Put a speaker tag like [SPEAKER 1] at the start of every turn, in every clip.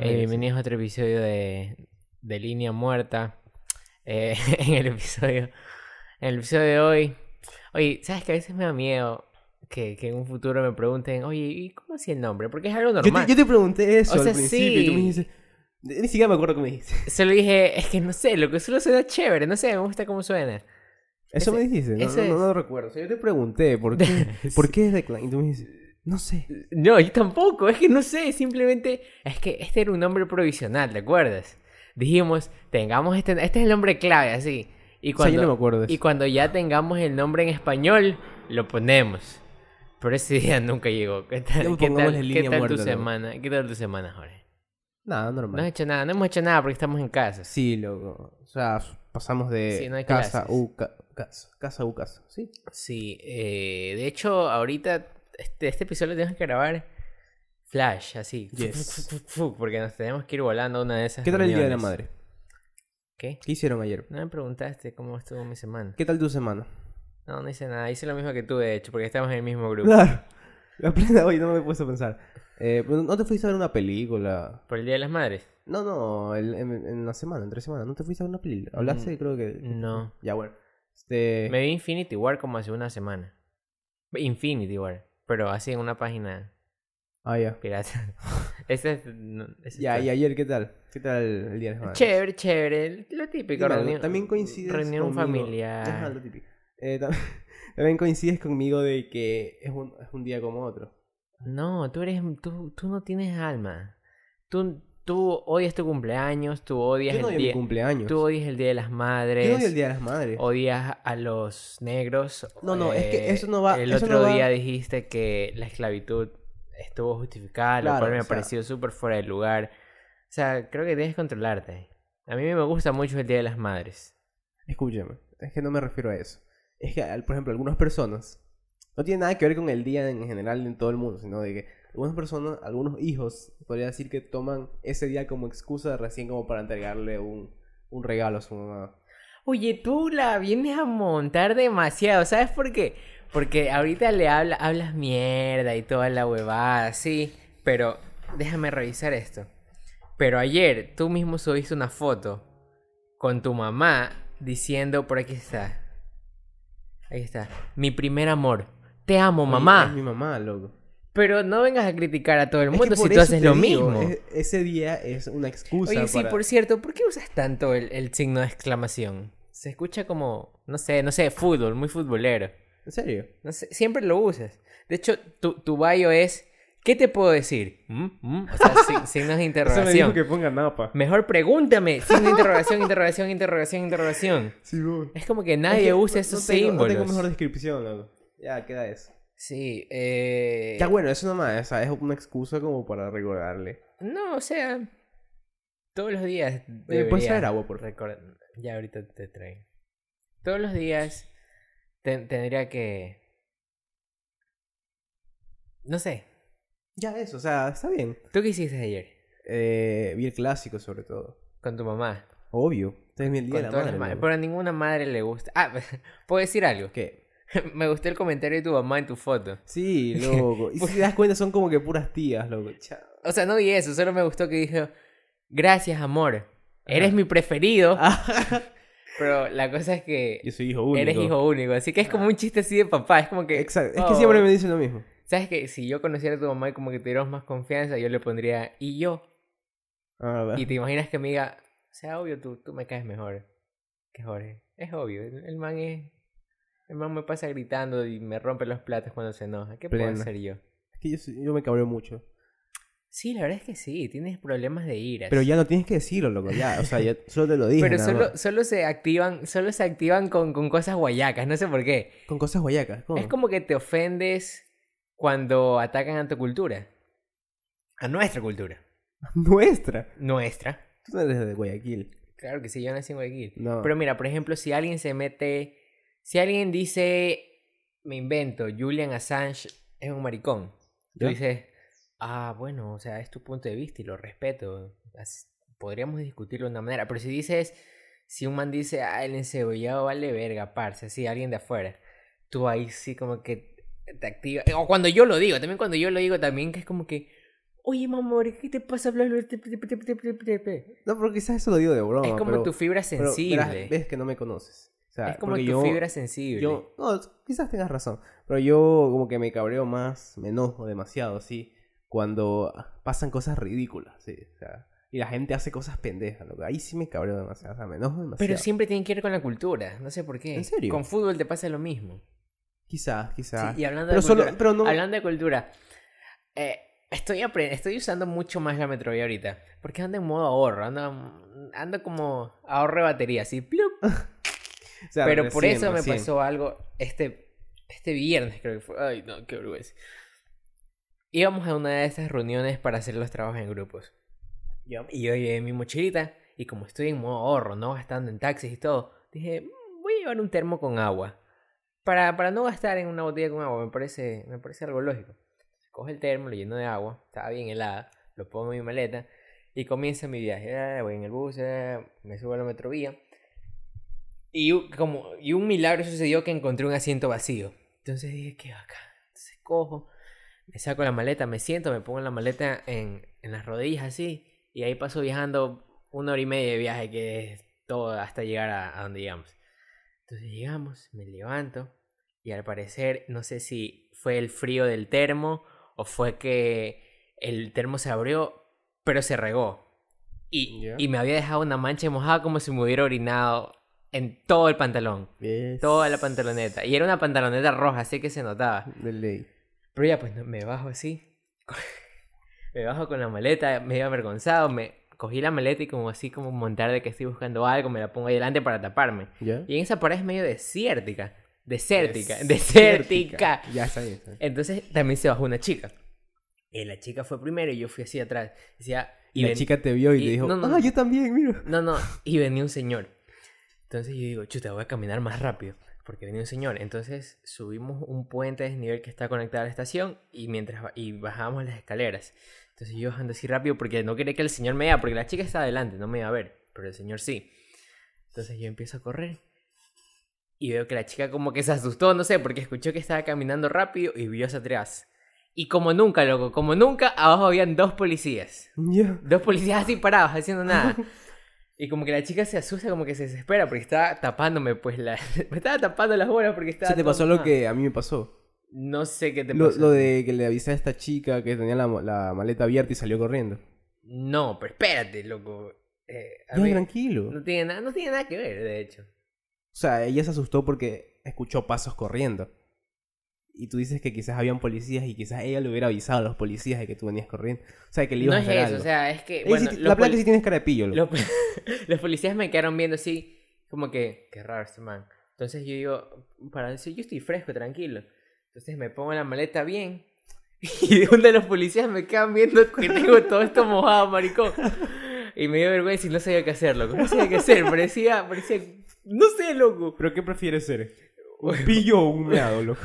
[SPEAKER 1] Eh, bienvenidos a otro episodio de, de Línea Muerta. Eh, en el episodio. En el episodio de hoy. Oye, ¿sabes que a veces me da miedo que, que en un futuro me pregunten, oye, ¿y cómo así el nombre? Porque es algo
[SPEAKER 2] Yo te,
[SPEAKER 1] normal.
[SPEAKER 2] yo te pregunté eso
[SPEAKER 1] O sea,
[SPEAKER 2] al principio y tú me
[SPEAKER 1] sí.
[SPEAKER 2] dijiste... Ni siquiera me acuerdo qué me dijiste.
[SPEAKER 1] Se lo dije, es que no sé, lo que solo suena chévere, no sé, me gusta cómo suena.
[SPEAKER 2] Eso
[SPEAKER 1] Ese-
[SPEAKER 2] me dijiste, no,
[SPEAKER 1] ese
[SPEAKER 2] no, no
[SPEAKER 1] es.
[SPEAKER 2] lo recuerdo. O sea, yo te pregunté por qué, por qué es de Klein y tú me dijiste... No sé.
[SPEAKER 1] No, yo tampoco, es que no sé, simplemente es que este era un nombre provisional, ¿te acuerdas? Dijimos, tengamos este, este es el nombre clave, así. Y
[SPEAKER 2] O sea,
[SPEAKER 1] cuando,
[SPEAKER 2] yo no me acuerdo de eso.
[SPEAKER 1] y cuando ya tengamos el nombre en español, lo ponemos. Pero ese día nunca llegó. ¿Qué
[SPEAKER 2] Ya
[SPEAKER 1] tal, ¿qué
[SPEAKER 2] pongámosle
[SPEAKER 1] tal, qué
[SPEAKER 2] línea
[SPEAKER 1] tal
[SPEAKER 2] muerta,
[SPEAKER 1] tu
[SPEAKER 2] loco.
[SPEAKER 1] semana? ¿Qué tal tu semana, Jorge?
[SPEAKER 2] Nada,
[SPEAKER 1] No has
[SPEAKER 2] normal.
[SPEAKER 1] hecho nada, no hemos hecho nada porque estamos en casa.
[SPEAKER 2] Sí, loco. O sea, pasamos de
[SPEAKER 1] Sí, no hay
[SPEAKER 2] casa,
[SPEAKER 1] clases.
[SPEAKER 2] u, ca- casa, casa, u, casa. Sí.
[SPEAKER 1] Sí, eh, de hecho, ahorita este, este episodio lo tenemos que grabar flash, así.
[SPEAKER 2] Yes.
[SPEAKER 1] Porque nos tenemos que ir volando a una de esas.
[SPEAKER 2] ¿Qué tal el Día de la
[SPEAKER 1] reuniones.
[SPEAKER 2] Madre?
[SPEAKER 1] ¿Qué?
[SPEAKER 2] ¿Qué hicieron ayer?
[SPEAKER 1] No me preguntaste cómo estuvo mi semana.
[SPEAKER 2] ¿Qué tal tu semana?
[SPEAKER 1] No, no hice nada. Hice lo mismo que tú, de hecho, porque estamos en el mismo grupo.
[SPEAKER 2] Claro. La plena hoy no me he puesto a pensar. Eh, pero ¿No te fuiste a ver una película?
[SPEAKER 1] ¿Por el Día de las Madres?
[SPEAKER 2] No, no, el- en, en la semana, en tres semanas. ¿No te fuiste a ver una película? ¿Hablaste? Creo que...
[SPEAKER 1] Mm, No.
[SPEAKER 2] Ya, bueno. Este...
[SPEAKER 1] Me vi Infinity War como hace una semana. Infinity War. Pero así en una página
[SPEAKER 2] Ah, ya.
[SPEAKER 1] pirata. Ese es- no, ese
[SPEAKER 2] Ya,
[SPEAKER 1] es
[SPEAKER 2] y ayer, ¿qué tal? ¿Qué tal el Día de las Madres?
[SPEAKER 1] Chévere, chévere. Lo típico.
[SPEAKER 2] Dime algo,
[SPEAKER 1] reunión-
[SPEAKER 2] también coincides
[SPEAKER 1] Reunión
[SPEAKER 2] conmigo-
[SPEAKER 1] familiar.
[SPEAKER 2] Ajá, lo típico. Eh, tam- también coincides conmigo de que es un, es un día como otro.
[SPEAKER 1] No, tú eres, tú, tú no tienes alma. Tú, tú odias tu cumpleaños, tú odias
[SPEAKER 2] Yo no
[SPEAKER 1] el
[SPEAKER 2] odio mi
[SPEAKER 1] día,
[SPEAKER 2] cumpleaños.
[SPEAKER 1] tú odias el día de las madres,
[SPEAKER 2] Yo no odio el Día de las Madres.
[SPEAKER 1] odias a los negros. eh,
[SPEAKER 2] No, no, es que eso no va-
[SPEAKER 1] El
[SPEAKER 2] eso no
[SPEAKER 1] otro
[SPEAKER 2] va-
[SPEAKER 1] día dijiste que la esclavitud estuvo justificada, lo
[SPEAKER 2] Claro,
[SPEAKER 1] cual me
[SPEAKER 2] o sea-
[SPEAKER 1] pareció súper fuera de lugar. O sea, creo que tienes que controlarte. A mí me gusta mucho el día de las madres.
[SPEAKER 2] Escúchame, es que no me refiero a eso. Es que, al- por ejemplo, algunas personas, no tiene nada que ver con el día en general en todo el mundo, sino de que algunas personas, algunos hijos, podría decir que toman ese día como excusa recién como para entregarle un, un regalo a su mamá.
[SPEAKER 1] Oye, tú la vienes a montar demasiado, ¿sabes por qué? Porque ahorita le habla, hablas mierda y toda la huevada, sí, pero déjame revisar esto. Pero ayer tú mismo subiste una foto con tu mamá diciendo, por aquí está. Ahí está. Mi primer amor. Te amo,
[SPEAKER 2] Oye, es
[SPEAKER 1] mamá.
[SPEAKER 2] mi mamá, loco.
[SPEAKER 1] Pero no vengas a criticar a todo el
[SPEAKER 2] Es que
[SPEAKER 1] mundo si
[SPEAKER 2] por
[SPEAKER 1] tú
[SPEAKER 2] eso
[SPEAKER 1] haces
[SPEAKER 2] te
[SPEAKER 1] lo
[SPEAKER 2] digo,
[SPEAKER 1] mismo.
[SPEAKER 2] es- ese día es una excusa
[SPEAKER 1] Oye, sí,
[SPEAKER 2] para-
[SPEAKER 1] por cierto, ¿por qué usas tanto el, el signo de exclamación? Se escucha como, no sé, no sé, fútbol, muy futbolero.
[SPEAKER 2] En serio.
[SPEAKER 1] No sé, siempre lo usas. De hecho, tu, tu bio es, ¿qué te puedo decir? ¿Mm? ¿Mm? O sea, si- signos de
[SPEAKER 2] Eso me dijo
[SPEAKER 1] interrogación.
[SPEAKER 2] que ponga napa.
[SPEAKER 1] Mejor pregúntame, signo de interrogación, interrogación, interrogación, interrogación.
[SPEAKER 2] Sí, voy.
[SPEAKER 1] Es como que
[SPEAKER 2] Es que
[SPEAKER 1] nadie usa
[SPEAKER 2] no-
[SPEAKER 1] esos
[SPEAKER 2] no tengo-
[SPEAKER 1] símbolos.
[SPEAKER 2] No tengo mejor descripción, loco. Ya, queda eso.
[SPEAKER 1] Sí, eh...
[SPEAKER 2] Ya, bueno, eso nomás, o sea, es una excusa como para recordarle.
[SPEAKER 1] No, o sea, todos los días.
[SPEAKER 2] Oye, ¿puedes
[SPEAKER 1] debería
[SPEAKER 2] traer Eh, agua, por favor?
[SPEAKER 1] recor- Ya ahorita te traigo. Todos los días ten- tendría que. No sé.
[SPEAKER 2] Ya, eso, o sea, está bien.
[SPEAKER 1] ¿Tú qué hiciste ayer?
[SPEAKER 2] Eh, vi el clásico, sobre todo.
[SPEAKER 1] Con tu mamá.
[SPEAKER 2] Obvio. Entonces, mi día
[SPEAKER 1] Con
[SPEAKER 2] de la
[SPEAKER 1] todas
[SPEAKER 2] madre.
[SPEAKER 1] las madres.
[SPEAKER 2] ¿no?
[SPEAKER 1] Pero a ninguna madre le gusta. Ah, puedo decir algo.
[SPEAKER 2] ¿Qué?
[SPEAKER 1] Me gustó el comentario de tu mamá en tu foto.
[SPEAKER 2] Sí, loco. Y si te das cuenta, son como que puras tías, loco. Chao.
[SPEAKER 1] O sea, no vi eso, solo me gustó que dijo: Gracias, amor. Eres mi preferido. Pero la cosa es que.
[SPEAKER 2] Ah. Yo soy hijo único. Ah.
[SPEAKER 1] Eres hijo único, así que es como un chiste así de papá, es como que...
[SPEAKER 2] Exacto. Es
[SPEAKER 1] oh,
[SPEAKER 2] que siempre me dicen lo mismo.
[SPEAKER 1] ¿Sabes que Si yo conociera a tu mamá y como que tuvieras más confianza, yo le pondría, y yo.
[SPEAKER 2] Ah, ¿verdad?
[SPEAKER 1] Y te imaginas que me diga, o sea, obvio, tú, tú me caes mejor que Jorge. Es obvio, el, el man es... El man me pasa gritando y me rompe los platos cuando se enoja. ¿Qué puedo
[SPEAKER 2] Plena.
[SPEAKER 1] hacer yo?
[SPEAKER 2] Es que yo, soy- yo me cabreo mucho.
[SPEAKER 1] Sí, la verdad es que sí, tienes problemas de ira.
[SPEAKER 2] Pero ya no tienes que decirlo, loco. Ya, o sea, ya solo te lo dije.
[SPEAKER 1] Pero
[SPEAKER 2] nada
[SPEAKER 1] solo,
[SPEAKER 2] más.
[SPEAKER 1] solo se activan, solo se activan con, con cosas guayacas, no sé por qué.
[SPEAKER 2] Con cosas guayacas. ¿cómo?
[SPEAKER 1] Es como que te ofendes cuando atacan a tu cultura. A nuestra cultura.
[SPEAKER 2] Nuestra.
[SPEAKER 1] Nuestra.
[SPEAKER 2] Tú no eres de Guayaquil.
[SPEAKER 1] Claro que sí, yo nací en Guayaquil.
[SPEAKER 2] No.
[SPEAKER 1] Pero mira, por ejemplo, si alguien se mete... Si alguien dice... Me invento, Julian Assange es un maricón. Tú
[SPEAKER 2] ¿Ya?
[SPEAKER 1] dices... Ah, bueno, o sea, es tu punto de vista y lo respeto. As- Podríamos discutirlo de una manera. Pero si dices... Si un man dice... Ah, el encebollado vale verga, parce. Así, alguien de afuera. Tú ahí sí como que te activa. O cuando yo lo digo, también cuando yo lo digo, también que es como que, Oye, mamor, ¿qué te pasa? Bla, bla, te- te- te- te- te- te- te".
[SPEAKER 2] No, pero quizás eso lo digo de broma.
[SPEAKER 1] es como
[SPEAKER 2] pero-
[SPEAKER 1] tu fibra
[SPEAKER 2] pero
[SPEAKER 1] sensible.
[SPEAKER 2] verás, ves que no me conoces. O sea,
[SPEAKER 1] es como tu
[SPEAKER 2] porque yo-
[SPEAKER 1] fibra sensible.
[SPEAKER 2] Yo, no, quizás tengas razón, pero yo como que me cabreo más, me enojo demasiado, sí, cuando pasan cosas ridículas, sí, o sea, y la gente hace cosas pendejas, loco, ahí sí me cabreo demasiado, o sea, me enojo demasiado.
[SPEAKER 1] Pero siempre tiene que ver con la cultura. No sé por qué.
[SPEAKER 2] ¿En serio?
[SPEAKER 1] Con fútbol te pasa lo mismo.
[SPEAKER 2] Quizás, quizás.
[SPEAKER 1] Sí, y hablando
[SPEAKER 2] pero
[SPEAKER 1] de
[SPEAKER 2] solo,
[SPEAKER 1] cultura,
[SPEAKER 2] pero no,
[SPEAKER 1] hablando de cultura, eh, estoy, apre- estoy usando mucho más la metrovía ahorita. Porque ando en modo ahorro, ando, ando como ahorro de batería, así. ¡plup!
[SPEAKER 2] o sea,
[SPEAKER 1] Pero por
[SPEAKER 2] recién,
[SPEAKER 1] eso
[SPEAKER 2] recién.
[SPEAKER 1] me pasó algo este, este viernes, creo que fue. Ay, no, qué vergüenza. Íbamos a una de estas reuniones para hacer los trabajos en grupos.
[SPEAKER 2] Ya.
[SPEAKER 1] Y yo llevé mi mochilita y como estoy en modo ahorro, no gastando en taxis y todo, dije, "Mm, voy a llevar un termo con agua. Para, para no gastar en una botella con agua, me parece, me parece algo lógico. Cojo el termo, lo lleno de agua, estaba bien helada, lo pongo en mi maleta y comienza mi viaje. Ah, voy en el bus, ah, me subo a la metrovía. Y, u- como, y un milagro sucedió que encontré un asiento vacío. Entonces dije, ¿qué acá? Entonces cojo, me saco la maleta, me siento, me pongo la maleta en, en las rodillas así. Y ahí paso viajando una hora y media de viaje, que es todo hasta llegar a, a donde llegamos. Entonces llegamos, me levanto. Y al parecer, no sé si fue el frío del termo o fue que el termo se abrió, pero se regó. Y,
[SPEAKER 2] Ya.
[SPEAKER 1] y me había dejado una mancha mojada como si me hubiera orinado en todo el pantalón.
[SPEAKER 2] Yes.
[SPEAKER 1] Toda la pantaloneta. Y era una pantaloneta roja, así que se notaba.
[SPEAKER 2] De ley.
[SPEAKER 1] Pero ya, pues no- me bajo así. me bajo con la maleta, medio avergonzado. Me cogí la maleta y como así, como montar de que estoy buscando algo, me la pongo ahí delante para taparme.
[SPEAKER 2] ¿Ya?
[SPEAKER 1] Y en esa pared es medio desértica. Desértica,
[SPEAKER 2] Desértica.
[SPEAKER 1] desértica.
[SPEAKER 2] Ya está bien. está bien.
[SPEAKER 1] Entonces también se bajó una chica. Y la chica fue primero y yo fui así atrás. Decía,
[SPEAKER 2] Y la
[SPEAKER 1] ven-
[SPEAKER 2] chica te vio y,
[SPEAKER 1] y-
[SPEAKER 2] te dijo,
[SPEAKER 1] no, no,
[SPEAKER 2] ah,
[SPEAKER 1] no.
[SPEAKER 2] yo también, mira.
[SPEAKER 1] no, no, y venía un señor. Entonces yo digo, chuta, voy a caminar más rápido, porque venía un señor. Entonces subimos un puente de desnivel que está conectado a la estación y mientras ba- y bajamos las escaleras. Entonces yo bajando así rápido porque no quería que el señor me vea, porque la chica está adelante, no me iba a ver, pero el señor sí. Entonces yo empiezo a correr y veo que la chica como que se asustó, no sé, porque escuchó que estaba caminando rápido y vio hacia atrás. Y como nunca, loco, como nunca, abajo habían dos policías.
[SPEAKER 2] Ya.
[SPEAKER 1] Dos policías así parados, haciendo nada. Y como que la chica se asusta, como que se desespera, porque estaba tapándome, pues, la... me estaba tapando las bolas porque estaba...
[SPEAKER 2] Se te
[SPEAKER 1] todo
[SPEAKER 2] pasó lo
[SPEAKER 1] mojado.
[SPEAKER 2] que a mí me pasó.
[SPEAKER 1] No sé qué te
[SPEAKER 2] Lo,
[SPEAKER 1] pasó.
[SPEAKER 2] lo de que le avisé a esta chica que tenía la, la maleta abierta y salió corriendo.
[SPEAKER 1] No, pero espérate, loco. Eh, a
[SPEAKER 2] Ya,
[SPEAKER 1] ver,
[SPEAKER 2] tranquilo.
[SPEAKER 1] no, tiene nada, no tiene nada que ver, de hecho.
[SPEAKER 2] O sea, ella se asustó porque escuchó pasos corriendo. Y tú dices que quizás habían policías y quizás ella le hubiera avisado a los policías de que tú venías corriendo. O sea, que le
[SPEAKER 1] No
[SPEAKER 2] ibas a
[SPEAKER 1] es
[SPEAKER 2] hacer
[SPEAKER 1] eso,
[SPEAKER 2] algo.
[SPEAKER 1] o sea, es que...
[SPEAKER 2] Ey,
[SPEAKER 1] Bueno,
[SPEAKER 2] sí,
[SPEAKER 1] los
[SPEAKER 2] la plata
[SPEAKER 1] poli-
[SPEAKER 2] sí tienes cara de pillo, loco.
[SPEAKER 1] los, los policías me quedaron viendo así, como que, qué raro este man. Entonces yo digo, para decir, yo estoy fresco, tranquilo. Entonces me pongo la maleta bien. Y de de los policías me quedan viendo que tengo todo esto mojado, maricón. Y me dio vergüenza y no sabía qué hacer, loco. No sabía qué hacer. Parecía, parecía, no sé, loco.
[SPEAKER 2] ¿Pero qué prefieres ser? ¿Un pillo o un meado, loco?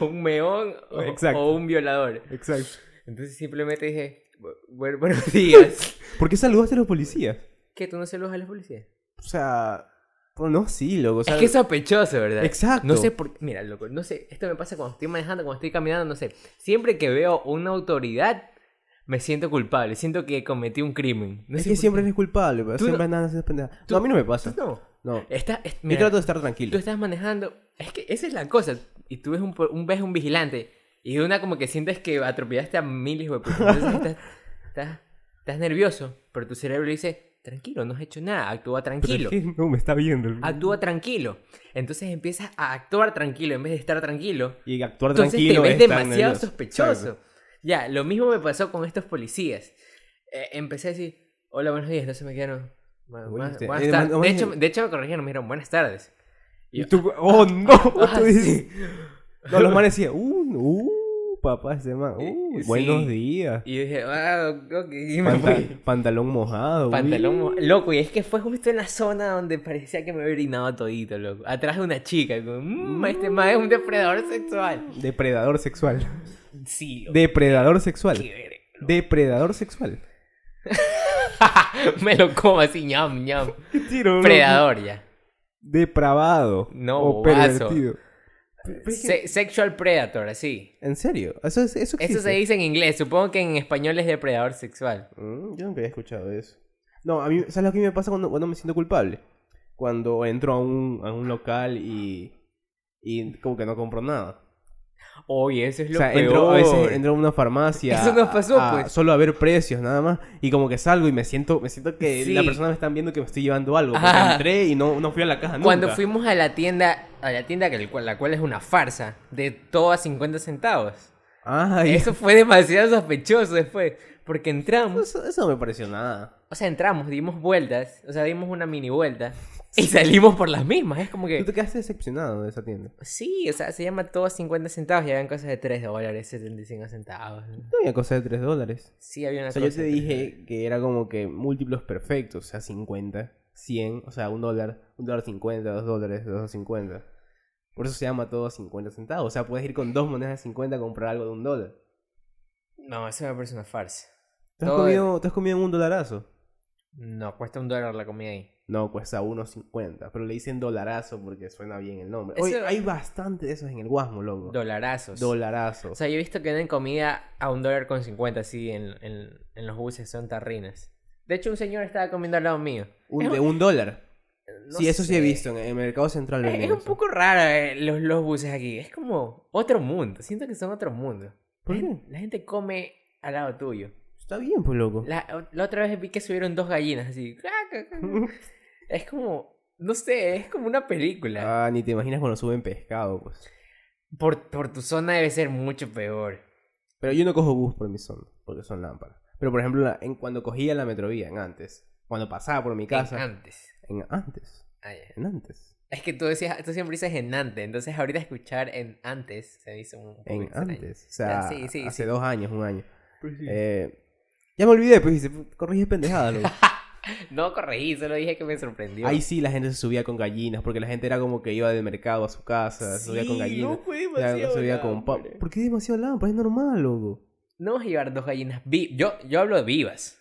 [SPEAKER 1] Un meón o,
[SPEAKER 2] Exacto.
[SPEAKER 1] o un violador.
[SPEAKER 2] Exacto.
[SPEAKER 1] Entonces simplemente dije, "Bu- bu- buenos días.
[SPEAKER 2] ¿Por qué saludaste a los policías?
[SPEAKER 1] ¿Qué? ¿Tú no saludas a los policías?
[SPEAKER 2] O sea, pues no, sí, loco. O sea,
[SPEAKER 1] es que es sospechoso, ¿verdad?
[SPEAKER 2] Exacto.
[SPEAKER 1] No sé por qué. Mira, loco, no sé. Esto me pasa cuando estoy manejando, cuando estoy caminando, no sé. Siempre que veo una autoridad, me siento culpable. Siento que cometí un crimen. No
[SPEAKER 2] es
[SPEAKER 1] sé
[SPEAKER 2] que
[SPEAKER 1] por
[SPEAKER 2] siempre
[SPEAKER 1] qué.
[SPEAKER 2] eres culpable, pero
[SPEAKER 1] Tú
[SPEAKER 2] siempre andas haciendo pendejadas.
[SPEAKER 1] tú-
[SPEAKER 2] No, a mí no me
[SPEAKER 1] Tú
[SPEAKER 2] pasa.
[SPEAKER 1] No.
[SPEAKER 2] No.
[SPEAKER 1] Está, es-
[SPEAKER 2] Yo
[SPEAKER 1] mira,
[SPEAKER 2] trato de estar
[SPEAKER 1] tú
[SPEAKER 2] tranquilo.
[SPEAKER 1] estás manejando. Es que esa es la cosa. Y tú ves un, po- un, ves un vigilante. Y de una como que sientes que atropellaste a miles de putas. Entonces estás, estás, estás nervioso. Pero tu cerebro dice: tranquilo, no has hecho nada. Actúa
[SPEAKER 2] Pero
[SPEAKER 1] tranquilo. Ah,
[SPEAKER 2] es que no, me está viendo.
[SPEAKER 1] Actúa tranquilo. Entonces empiezas a actuar tranquilo en vez de estar tranquilo.
[SPEAKER 2] Y actuar
[SPEAKER 1] Entonces
[SPEAKER 2] tranquilo
[SPEAKER 1] te ves
[SPEAKER 2] es estar
[SPEAKER 1] demasiado
[SPEAKER 2] nervioso.
[SPEAKER 1] sospechoso.
[SPEAKER 2] Exacto.
[SPEAKER 1] Ya, lo mismo me pasó con estos policías. Eh, empecé a decir, hola, buenos días, entonces me quedaron. "Bu-
[SPEAKER 2] Oye,
[SPEAKER 1] bu-
[SPEAKER 2] este,
[SPEAKER 1] buenas
[SPEAKER 2] eh,
[SPEAKER 1] tardes".
[SPEAKER 2] man-
[SPEAKER 1] de,
[SPEAKER 2] man-
[SPEAKER 1] hecho, de hecho, me corrigieron, me dijeron, buenas tardes.
[SPEAKER 2] Y
[SPEAKER 1] Yo,
[SPEAKER 2] tú, oh no,
[SPEAKER 1] ah,
[SPEAKER 2] tú
[SPEAKER 1] sí.
[SPEAKER 2] dices. No, los manes decían, uh, no, uh, papá, ese man, uh,
[SPEAKER 1] Eh,
[SPEAKER 2] buenos
[SPEAKER 1] sí.
[SPEAKER 2] días.
[SPEAKER 1] Y yo dije, ah, ok, y me
[SPEAKER 2] Panta-
[SPEAKER 1] fui.
[SPEAKER 2] pantalón mojado. uy.
[SPEAKER 1] Pantalón mo- loco, y es que fue justo en la zona donde parecía que me había orinado todito, loco. Atrás de una chica, como, "Mm, este man es un depredador sexual.
[SPEAKER 2] Depredador sexual.
[SPEAKER 1] Sí, loco,
[SPEAKER 2] Depredador
[SPEAKER 1] qué
[SPEAKER 2] sexual.
[SPEAKER 1] verga.
[SPEAKER 2] Depredador sexual.
[SPEAKER 1] me lo como así, ñam, ñam.
[SPEAKER 2] Tiro, loco.
[SPEAKER 1] Predador ya.
[SPEAKER 2] Depravado.
[SPEAKER 1] No,
[SPEAKER 2] o
[SPEAKER 1] bobazo.
[SPEAKER 2] pervertido. Pero- pero es que-
[SPEAKER 1] Se- sexual predator, así.
[SPEAKER 2] ¿En serio? ¿Eso, es, eso
[SPEAKER 1] Eso se
[SPEAKER 2] existe?
[SPEAKER 1] dice en inglés. Supongo que en español es depredador sexual.
[SPEAKER 2] Mm, yo nunca había escuchado eso. No, a mí, ¿sabes lo que me pasa cuando, cuando me siento culpable? Cuando entro a un, a un local y, y como que no compro nada.
[SPEAKER 1] Oye, eso es
[SPEAKER 2] O
[SPEAKER 1] lo
[SPEAKER 2] sea,
[SPEAKER 1] peor.
[SPEAKER 2] entro, a veces entro a una farmacia.
[SPEAKER 1] Eso nos pasó,
[SPEAKER 2] a-
[SPEAKER 1] pues.
[SPEAKER 2] Solo a ver precios, nada más. Y como que salgo y me siento, me siento que
[SPEAKER 1] Sí.
[SPEAKER 2] la persona me están viendo que me estoy llevando algo. Porque
[SPEAKER 1] Ajá.
[SPEAKER 2] entré y no, no fui a la caja nunca.
[SPEAKER 1] Cuando fuimos a la tienda, a la tienda que el cual- la cual es una farsa, de todo a 50 centavos.
[SPEAKER 2] Ay,
[SPEAKER 1] Eso fue demasiado sospechoso después, porque entramos,
[SPEAKER 2] eso, eso no me pareció nada.
[SPEAKER 1] o sea, entramos, dimos vueltas, o sea, dimos una mini vuelta y salimos por las mismas. Es como
[SPEAKER 2] Tú
[SPEAKER 1] que,
[SPEAKER 2] te quedaste decepcionado de esa tienda.
[SPEAKER 1] sí, o sea, se llama todo a 50 centavos y habían cosas de 3 dólares, 75 centavos.
[SPEAKER 2] No había cosa de 3 dólares.
[SPEAKER 1] Sí, había una
[SPEAKER 2] O sea, yo
[SPEAKER 1] cosa
[SPEAKER 2] te
[SPEAKER 1] de tres dólares.
[SPEAKER 2] dije que era como que múltiplos perfectos, o sea, 50, 100, o sea, un dólar, un dólar 50, dos dólares, dos 50. Por eso se llama todo a 50 centavos. O sea, puedes ir con dos monedas de 50 a comprar algo de un dólar.
[SPEAKER 1] No, eso me parece una farsa.
[SPEAKER 2] ¿Te has,
[SPEAKER 1] Todo
[SPEAKER 2] comido, te has comido un dolarazo?
[SPEAKER 1] No, cuesta un dólar la comida ahí.
[SPEAKER 2] No, cuesta 1.50, pero le dicen dolarazo porque suena bien el nombre. Oye,
[SPEAKER 1] Eso-
[SPEAKER 2] hay bastante de esos en el Guasmo, loco.
[SPEAKER 1] Dolarazos.
[SPEAKER 2] Dolarazo.
[SPEAKER 1] O sea, yo he visto que venden comida a un dólar con 50 así en, en, en los buses, son tarrinas. De hecho, un señor estaba comiendo al lado mío.
[SPEAKER 2] Un-
[SPEAKER 1] es
[SPEAKER 2] de un dólar.
[SPEAKER 1] No
[SPEAKER 2] sí, eso sí
[SPEAKER 1] sé.
[SPEAKER 2] he visto en el Mercado Central.
[SPEAKER 1] Es,
[SPEAKER 2] venden
[SPEAKER 1] es un
[SPEAKER 2] eso.
[SPEAKER 1] poco raro eh, los, los buses aquí. Es como otro mundo. Siento que son otro mundo.
[SPEAKER 2] ¿Por
[SPEAKER 1] la,
[SPEAKER 2] qué?
[SPEAKER 1] Gente, la gente come al lado tuyo.
[SPEAKER 2] Está bien, pues, loco.
[SPEAKER 1] La, la otra vez vi que subieron dos gallinas así. Es como, no sé, es como una película.
[SPEAKER 2] Ah, ni te imaginas cuando suben pescado, pues.
[SPEAKER 1] Por, por tu zona debe ser mucho peor.
[SPEAKER 2] Pero yo no cojo bus por mi zona, porque son lámparas. Pero por ejemplo, la- en cuando cogía la metrovía, en antes, cuando pasaba por mi
[SPEAKER 1] En
[SPEAKER 2] casa,
[SPEAKER 1] antes.
[SPEAKER 2] en, antes,
[SPEAKER 1] Ah, ya.
[SPEAKER 2] en antes,
[SPEAKER 1] Es que tú, decías, tú siempre dices en antes, entonces ahorita escuchar en antes se me hizo un poco
[SPEAKER 2] en
[SPEAKER 1] extraño.
[SPEAKER 2] antes, o sea,
[SPEAKER 1] Ah, sí, sí,
[SPEAKER 2] hace
[SPEAKER 1] sí.
[SPEAKER 2] dos años, un año. Eh, ya me olvidé, pues dice, corrige pendejada, loco.
[SPEAKER 1] No corregí, solo dije que me sorprendió.
[SPEAKER 2] Ahí sí la gente se subía con gallinas, porque la gente era como que iba del mercado a su casa, se subía con gallinas.
[SPEAKER 1] No, fue
[SPEAKER 2] ya,
[SPEAKER 1] demasiado
[SPEAKER 2] subía con pa-
[SPEAKER 1] hambre.
[SPEAKER 2] ¿Por qué demasiado lámpara? Es normal, loco.
[SPEAKER 1] No vas a llevar dos gallinas vivas. Yo, yo hablo de vivas.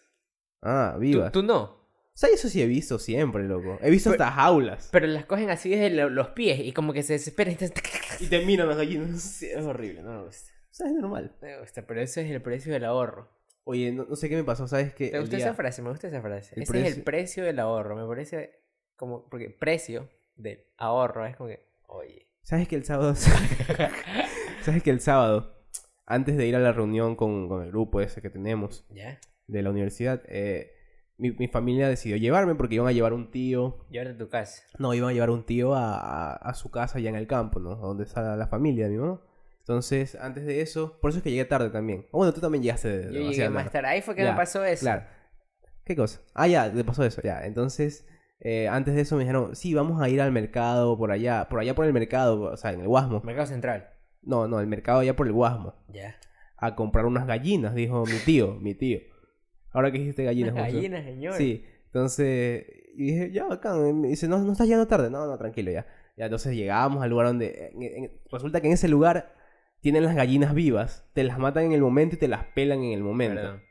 [SPEAKER 2] Ah,
[SPEAKER 1] Tú-
[SPEAKER 2] viva.
[SPEAKER 1] Tú, no.
[SPEAKER 2] O sea, eso sí he visto siempre, loco. He visto hasta jaulas.
[SPEAKER 1] Pero las cogen así desde lo- los pies y como que se desesperan. entonces-
[SPEAKER 2] Y te miran las gallinas. Sí, es horrible, no me gusta. O sea, es normal.
[SPEAKER 1] Me gusta, pero eso es el precio del ahorro.
[SPEAKER 2] Oye, no, no sé qué me pasó, ¿sabes qué?
[SPEAKER 1] ¿Te
[SPEAKER 2] El
[SPEAKER 1] gusta
[SPEAKER 2] día-
[SPEAKER 1] esa frase? Me gusta esa frase.
[SPEAKER 2] El
[SPEAKER 1] Ese es el
[SPEAKER 2] precio-
[SPEAKER 1] precio del ahorro. Me parece como. Porque precio del ahorro es como que. Oye.
[SPEAKER 2] ¿Sabes que el sábado... ¿Sabes que el sábado, antes de ir a la reunión con, con el grupo ese que tenemos
[SPEAKER 1] ¿Ya?
[SPEAKER 2] de la universidad, eh, mi, mi familia decidió llevarme porque iban a llevar un tío...
[SPEAKER 1] Y ahora en tu casa.
[SPEAKER 2] No, iban a llevar un tío a, a- a su casa allá en el campo, ¿no? Donde está la familia de mi mamá. Entonces, antes de eso... Por eso es que llegué tarde también. O bueno, tú también llegaste
[SPEAKER 1] Yo
[SPEAKER 2] demasiado
[SPEAKER 1] llegué
[SPEAKER 2] tarde.
[SPEAKER 1] más tarde. Ahí fue que
[SPEAKER 2] Ya,
[SPEAKER 1] me pasó eso.
[SPEAKER 2] Claro. ¿Qué cosa? Ah, ya, le pasó eso, ya. Entonces, eh, antes de eso me dijeron, sí, vamos a ir al mercado por allá, por allá por el mercado, o sea, en el Guasmo.
[SPEAKER 1] Mercado Central.
[SPEAKER 2] No, no, el mercado allá por el Guasmo.
[SPEAKER 1] Ya.
[SPEAKER 2] A comprar unas gallinas, dijo mi tío, mi tío. Ahora que dijiste gallinas, José.
[SPEAKER 1] Gallinas, señor.
[SPEAKER 2] Sí, entonces, y dije, ya, bacán. Y me dice, no, no estás llegando tarde. No, no, tranquilo, ya. Ya, entonces llegábamos al lugar donde. en- en- resulta que en ese lugar tienen las gallinas vivas, te las matan en el momento y te las pelan en el momento.
[SPEAKER 1] Perdón.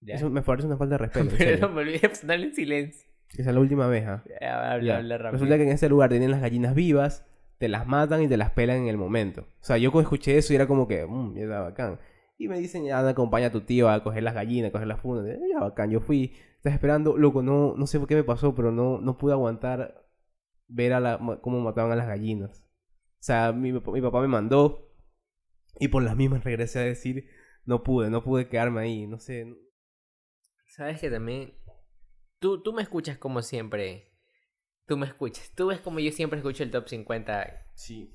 [SPEAKER 1] Ya.
[SPEAKER 2] Eso me parece una falta de respeto. en
[SPEAKER 1] Pero
[SPEAKER 2] serio.
[SPEAKER 1] no me olvidé de ponerle en silencio.
[SPEAKER 2] Esa es la última vez, ¿ah?
[SPEAKER 1] Ya, habla,
[SPEAKER 2] Ya.
[SPEAKER 1] habla rápido.
[SPEAKER 2] Resulta que en ese lugar tienen las gallinas vivas, te las matan y te las pelan en el momento. O sea, yo cuando escuché eso y era como que, mmm, era bacán. Y me dicen, anda, acompaña a tu tío a coger las gallinas, a coger las fundas. Eh, Ya bacán, yo fui, estás esperando, loco, no, no sé por qué me pasó, pero no, no pude aguantar ver a la, ma- cómo mataban a las gallinas. O sea, mi, pap- mi papá me mandó y por las mismas regresé a decir, no pude, no pude quedarme ahí, no sé.
[SPEAKER 1] Sabes que también. Tú, tú me escuchas como siempre. Tú me escuchas. Tú ves como yo siempre escucho el top 50.
[SPEAKER 2] Sí.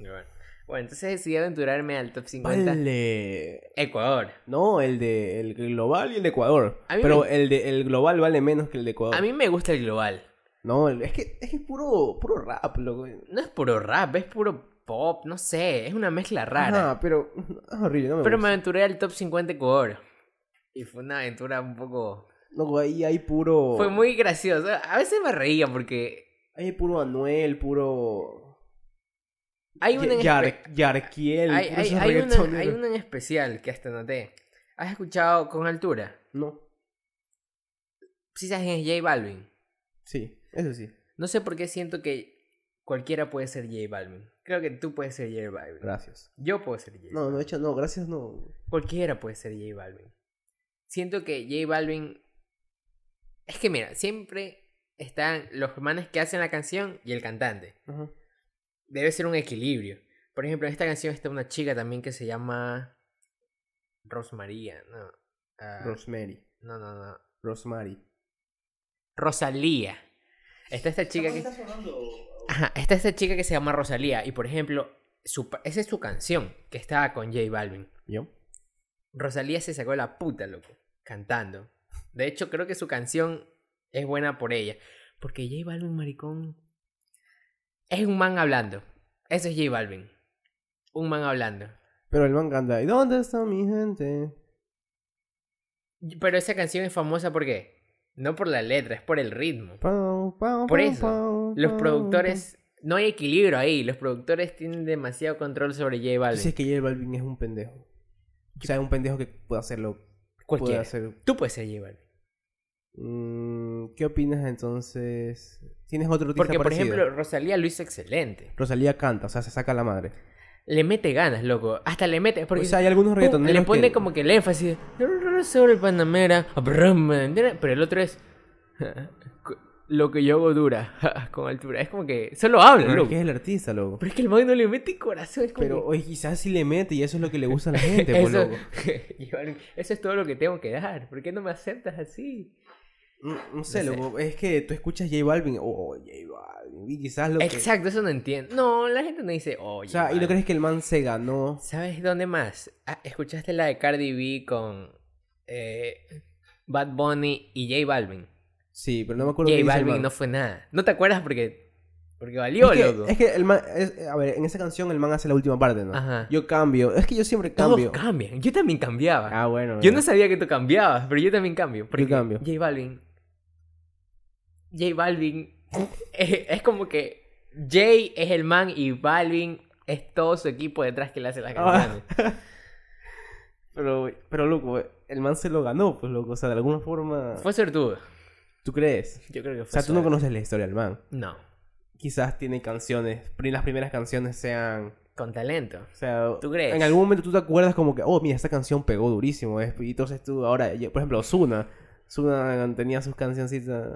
[SPEAKER 1] Bueno, entonces decidí aventurarme al top 50
[SPEAKER 2] Vale.
[SPEAKER 1] Ecuador.
[SPEAKER 2] No, el de el global y el de Ecuador.
[SPEAKER 1] A mí
[SPEAKER 2] Pero
[SPEAKER 1] me-
[SPEAKER 2] el de el global vale menos que el de Ecuador.
[SPEAKER 1] A mí me gusta el global.
[SPEAKER 2] No, el- es que es que es puro puro rap, loco.
[SPEAKER 1] No es puro rap, es puro pop, no sé, es una mezcla rara.
[SPEAKER 2] Ajá, pero es horrible, no me
[SPEAKER 1] Pero me
[SPEAKER 2] gusta.
[SPEAKER 1] aventuré al top 50 Ecuador. Y fue una aventura un poco...
[SPEAKER 2] Loco, ahí hay puro
[SPEAKER 1] Fue muy gracioso. A veces me reía porque
[SPEAKER 2] ahí hay puro Anuel, puro
[SPEAKER 1] hay una en, espe-
[SPEAKER 2] Yar- Yarkiel,
[SPEAKER 1] hay,
[SPEAKER 2] puro
[SPEAKER 1] hay-
[SPEAKER 2] esos
[SPEAKER 1] hay una,
[SPEAKER 2] reggaetoneros.
[SPEAKER 1] hay una en especial que hasta noté. ¿Has escuchado con altura?
[SPEAKER 2] No,
[SPEAKER 1] Sí sabes quién es J Balvin.
[SPEAKER 2] sí, eso sí.
[SPEAKER 1] No sé por qué siento que Cualquiera puede ser J Balvin. Creo que tú puedes ser J Balvin.
[SPEAKER 2] Gracias.
[SPEAKER 1] Yo puedo ser J Balvin.
[SPEAKER 2] No, no, hecho, no, gracias no.
[SPEAKER 1] Cualquiera puede ser J Balvin. Siento que J Balvin. Es que mira, siempre están los manes que hacen la canción y el cantante.
[SPEAKER 2] Ajá.
[SPEAKER 1] Debe ser un equilibrio. Por ejemplo, en esta canción está una chica también que se llama. Rosmaría, no. ah,
[SPEAKER 2] Rosemary.
[SPEAKER 1] no, no, no.
[SPEAKER 2] Rosemary.
[SPEAKER 1] Rosalía. Está esta chica que. Ajá, está esta chica que se llama Rosalía. Y por ejemplo, su pa- esa es su canción que estaba con J Balvin.
[SPEAKER 2] ¿Yo?
[SPEAKER 1] Rosalía se sacó la puta, loco, cantando. De hecho, creo que su canción es buena por ella. Porque J Balvin, maricón, es un man hablando. Eso es J Balvin. Un man hablando.
[SPEAKER 2] Pero el man canta, ¿y dónde está mi gente?
[SPEAKER 1] Pero esa canción es famosa porque no por la letra, es por el ritmo.
[SPEAKER 2] Pau, pau,
[SPEAKER 1] Por
[SPEAKER 2] pau,
[SPEAKER 1] eso,
[SPEAKER 2] pau,
[SPEAKER 1] Los
[SPEAKER 2] pau,
[SPEAKER 1] productores, no hay equilibrio ahí. Los productores tienen demasiado control sobre J
[SPEAKER 2] pau". Dices
[SPEAKER 1] Balvin.
[SPEAKER 2] que J Balvin es un pendejo. O sea, es un pendejo que puede hacerlo. Puede
[SPEAKER 1] Cualquiera.
[SPEAKER 2] hacer.
[SPEAKER 1] Tú puedes ser J Balvin.
[SPEAKER 2] Mm, ¿Qué opinas entonces? ¿Tienes otro tipo
[SPEAKER 1] Porque,
[SPEAKER 2] parecido?
[SPEAKER 1] por ejemplo, Rosalía lo hizo excelente.
[SPEAKER 2] Rosalía canta, o sea, se saca la madre.
[SPEAKER 1] Le mete ganas, loco. Hasta le mete. Porque
[SPEAKER 2] o sea, hay algunos
[SPEAKER 1] pum,
[SPEAKER 2] reggaetoneros
[SPEAKER 1] le pone
[SPEAKER 2] que-
[SPEAKER 1] como que el énfasis. Sobre el Panamera. Pero el otro es. Lo que yo hago dura. Con altura. Es como que. Solo habla,
[SPEAKER 2] Pero es
[SPEAKER 1] loco.
[SPEAKER 2] que es el artista, loco.
[SPEAKER 1] Pero es que el man no le mete corazón. Es como
[SPEAKER 2] Pero
[SPEAKER 1] que-
[SPEAKER 2] oye, quizás sí le mete y eso es lo que le gusta a la gente, pues,
[SPEAKER 1] eso,
[SPEAKER 2] loco.
[SPEAKER 1] Iván, eso es todo lo que tengo que dar. ¿Por qué no me aceptas así?
[SPEAKER 2] No, Mm, no sé,
[SPEAKER 1] No sé.
[SPEAKER 2] loco. Es que tú escuchas J Balvin, oh, J Balvin, y quizás lo que.
[SPEAKER 1] Exacto, eso no entiendo. No, la gente no dice, oye.
[SPEAKER 2] O sea, ¿y no
[SPEAKER 1] Iván,
[SPEAKER 2] crees que el man se ganó?
[SPEAKER 1] ¿Sabes dónde más? Ah, ¿Escuchaste la de Cardi B con eh, Bad Bunny y J Balvin?
[SPEAKER 2] Sí, pero no me acuerdo
[SPEAKER 1] J
[SPEAKER 2] qué dice el
[SPEAKER 1] Balvin
[SPEAKER 2] man.
[SPEAKER 1] no fue nada. ¿No te acuerdas? Porque, porque
[SPEAKER 2] es
[SPEAKER 1] valió, loco.
[SPEAKER 2] que, es que el man, es- a ver, en esa canción el man hace la última parte, ¿no?
[SPEAKER 1] Ajá.
[SPEAKER 2] Yo cambio, es que yo siempre
[SPEAKER 1] Todos
[SPEAKER 2] cambio.
[SPEAKER 1] cambian. Yo también cambiaba.
[SPEAKER 2] Ah, bueno.
[SPEAKER 1] Yo
[SPEAKER 2] bueno.
[SPEAKER 1] no sabía que tú cambiabas, pero yo también cambio. Porque
[SPEAKER 2] cambio.
[SPEAKER 1] J Balvin. J Balvin eh, es como que J es el man y Balvin es todo su equipo detrás que le hace las
[SPEAKER 2] Ah.
[SPEAKER 1] canciones.
[SPEAKER 2] Pero, pero loco, el man se lo ganó, pues loco, o sea, de alguna forma.
[SPEAKER 1] Fue sortudo.
[SPEAKER 2] ¿Tú crees?
[SPEAKER 1] Yo creo que
[SPEAKER 2] O
[SPEAKER 1] fue
[SPEAKER 2] sea, tú no
[SPEAKER 1] suerte.
[SPEAKER 2] conoces la historia del man.
[SPEAKER 1] No,
[SPEAKER 2] Quizás tiene canciones, pri- las primeras canciones sean.
[SPEAKER 1] con talento.
[SPEAKER 2] O sea,
[SPEAKER 1] ¿Tú crees?
[SPEAKER 2] en algún momento tú te acuerdas como que, oh, mira, esta canción pegó durísimo. es- Y entonces tú, ahora, yo- por ejemplo, Osuna. Osuna tenía sus cancioncitas.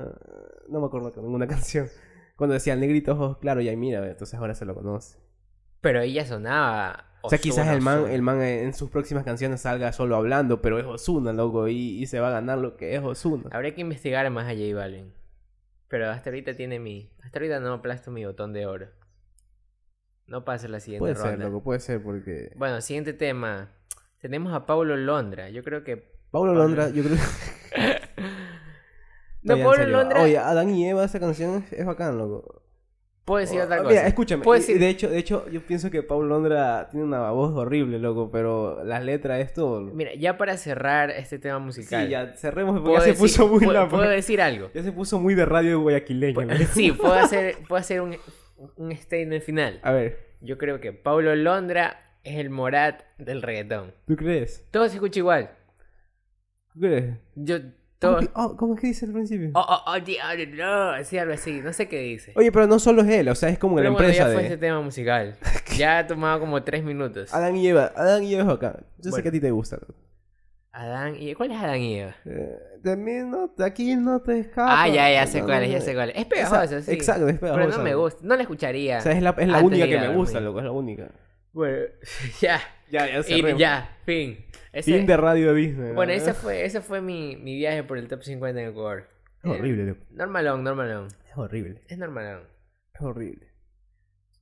[SPEAKER 2] No me acuerdo con ninguna canción. Cuando decía el negrito, ojos claro, y ahí mira, entonces ahora se lo conoce.
[SPEAKER 1] Pero ella sonaba.
[SPEAKER 2] O sea, quizás
[SPEAKER 1] Ozuna,
[SPEAKER 2] el man,
[SPEAKER 1] Ozuna.
[SPEAKER 2] el man en sus próximas canciones salga solo hablando, pero es Osuna, loco, y, y se va a ganar lo que es Osuna.
[SPEAKER 1] Habría que investigar más a J Balvin. Pero hasta ahorita tiene mi. Hasta ahorita no aplasto mi botón de oro. No pasa la siguiente
[SPEAKER 2] Puede
[SPEAKER 1] ronda.
[SPEAKER 2] ser, loco, puede ser, porque.
[SPEAKER 1] Bueno, siguiente tema. Tenemos a Paulo Londra. Yo creo que.
[SPEAKER 2] Pablo
[SPEAKER 1] Pablo.
[SPEAKER 2] Londra, yo creo que.
[SPEAKER 1] No,
[SPEAKER 2] Oye, en
[SPEAKER 1] Paulo
[SPEAKER 2] serio,
[SPEAKER 1] Londra.
[SPEAKER 2] Oye, Adán y Eva, esa canción es, es bacán, loco.
[SPEAKER 1] Puedo decir
[SPEAKER 2] Ah,
[SPEAKER 1] otra cosa. Pues
[SPEAKER 2] Mira, escúchame.
[SPEAKER 1] Puedo
[SPEAKER 2] y- y
[SPEAKER 1] decir.
[SPEAKER 2] de, hecho, de hecho, yo pienso que Pablo Londra tiene una voz horrible, loco, pero las letras es todo. loco.
[SPEAKER 1] Mira, ya para cerrar este tema
[SPEAKER 2] sí,
[SPEAKER 1] musical.
[SPEAKER 2] ya cerremos porque
[SPEAKER 1] puedo
[SPEAKER 2] ya se
[SPEAKER 1] decir-
[SPEAKER 2] puso muy
[SPEAKER 1] puedo-
[SPEAKER 2] la-
[SPEAKER 1] puedo decir algo.
[SPEAKER 2] Ya se puso muy de radio guayaquileña.
[SPEAKER 1] Pu-
[SPEAKER 2] loco.
[SPEAKER 1] Sí, puedo hacer, puedo hacer un, un statement final.
[SPEAKER 2] A ver,
[SPEAKER 1] Yo creo que Paulo Londra es el Morat del reggaetón.
[SPEAKER 2] ¿tú crees?
[SPEAKER 1] Todo se escucha igual.
[SPEAKER 2] ¿Tú crees?
[SPEAKER 1] Yo,
[SPEAKER 2] ¿Cómo
[SPEAKER 1] todo.
[SPEAKER 2] que- oh, ¿Cómo es que dice al principio?
[SPEAKER 1] Oh, oh, oh, di- oh, di- no, sí, algo así. No sé qué dice.
[SPEAKER 2] Oye, pero no solo es él, o sea, es como la
[SPEAKER 1] Pero bueno,
[SPEAKER 2] empresa
[SPEAKER 1] ya fue
[SPEAKER 2] de.
[SPEAKER 1] este tema musical. Ya ha tomado como tres minutos.
[SPEAKER 2] Adán y Eva, Adán y Eva es bacán. Yo sé
[SPEAKER 1] Bueno.
[SPEAKER 2] que a ti te gusta. loco.
[SPEAKER 1] Adán y ¿cuál es Adán y Eva?
[SPEAKER 2] Eh, de mí no, de aquí no te escapas.
[SPEAKER 1] Ah, ya, ya sé
[SPEAKER 2] No,
[SPEAKER 1] cuál
[SPEAKER 2] no,
[SPEAKER 1] es, ya
[SPEAKER 2] no.
[SPEAKER 1] sé cuál es. Es pegajosa,
[SPEAKER 2] Esa-
[SPEAKER 1] sí.
[SPEAKER 2] Exacto, es pegajosa.
[SPEAKER 1] Pero no me gusta, no la escucharía.
[SPEAKER 2] O sea, es la, es la
[SPEAKER 1] Antes
[SPEAKER 2] única
[SPEAKER 1] de ir
[SPEAKER 2] que
[SPEAKER 1] a
[SPEAKER 2] me
[SPEAKER 1] dormir.
[SPEAKER 2] gusta, loco, es la única.
[SPEAKER 1] Bueno, ya.
[SPEAKER 2] Ya, ya
[SPEAKER 1] Y ya, fin. Ese-
[SPEAKER 2] Fin de radio de Disney.
[SPEAKER 1] Bueno,
[SPEAKER 2] ¿no?
[SPEAKER 1] ese fue, ese fue mi, mi viaje por el top 50 en Ecuador.
[SPEAKER 2] Es horrible, loco.
[SPEAKER 1] Normalón, normalón.
[SPEAKER 2] Es horrible.
[SPEAKER 1] Es normalón.
[SPEAKER 2] Es horrible.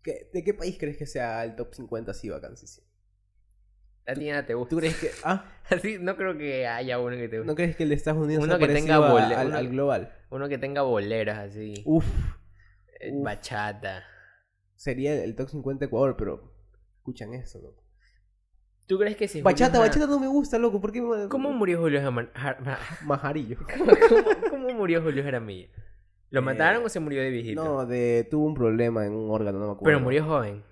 [SPEAKER 2] ¿Qué- ¿De qué país crees que sea el top 50 así vacancia?
[SPEAKER 1] A ti nada te
[SPEAKER 2] ¿Tú
[SPEAKER 1] gusta.
[SPEAKER 2] crees que.? Ah,
[SPEAKER 1] Así, no creo que haya uno que te guste.
[SPEAKER 2] ¿no crees que el de Estados Unidos
[SPEAKER 1] Uno
[SPEAKER 2] sea
[SPEAKER 1] que
[SPEAKER 2] parecido
[SPEAKER 1] tenga
[SPEAKER 2] a-
[SPEAKER 1] bole-
[SPEAKER 2] al,
[SPEAKER 1] uno-
[SPEAKER 2] al global?
[SPEAKER 1] Uno que tenga boleras así.
[SPEAKER 2] Uf,
[SPEAKER 1] eh,
[SPEAKER 2] uf.
[SPEAKER 1] Bachata.
[SPEAKER 2] sería el, el top 50 Ecuador, pero. Escuchan eso, loco.
[SPEAKER 1] ¿Tú crees que si Julio
[SPEAKER 2] Bachata,
[SPEAKER 1] Ja-
[SPEAKER 2] bachata no me gusta, loco. ¿Por qué? me-
[SPEAKER 1] ¿Cómo murió Julio Jamar- Jar- Ma-
[SPEAKER 2] Majarillo.
[SPEAKER 1] ¿Cómo, cómo murió Julio Jaramillo? ¿Lo
[SPEAKER 2] Eh,
[SPEAKER 1] mataron o se murió de viejito?
[SPEAKER 2] No, de, tuvo un problema en un órgano, no me acuerdo.
[SPEAKER 1] Pero murió joven.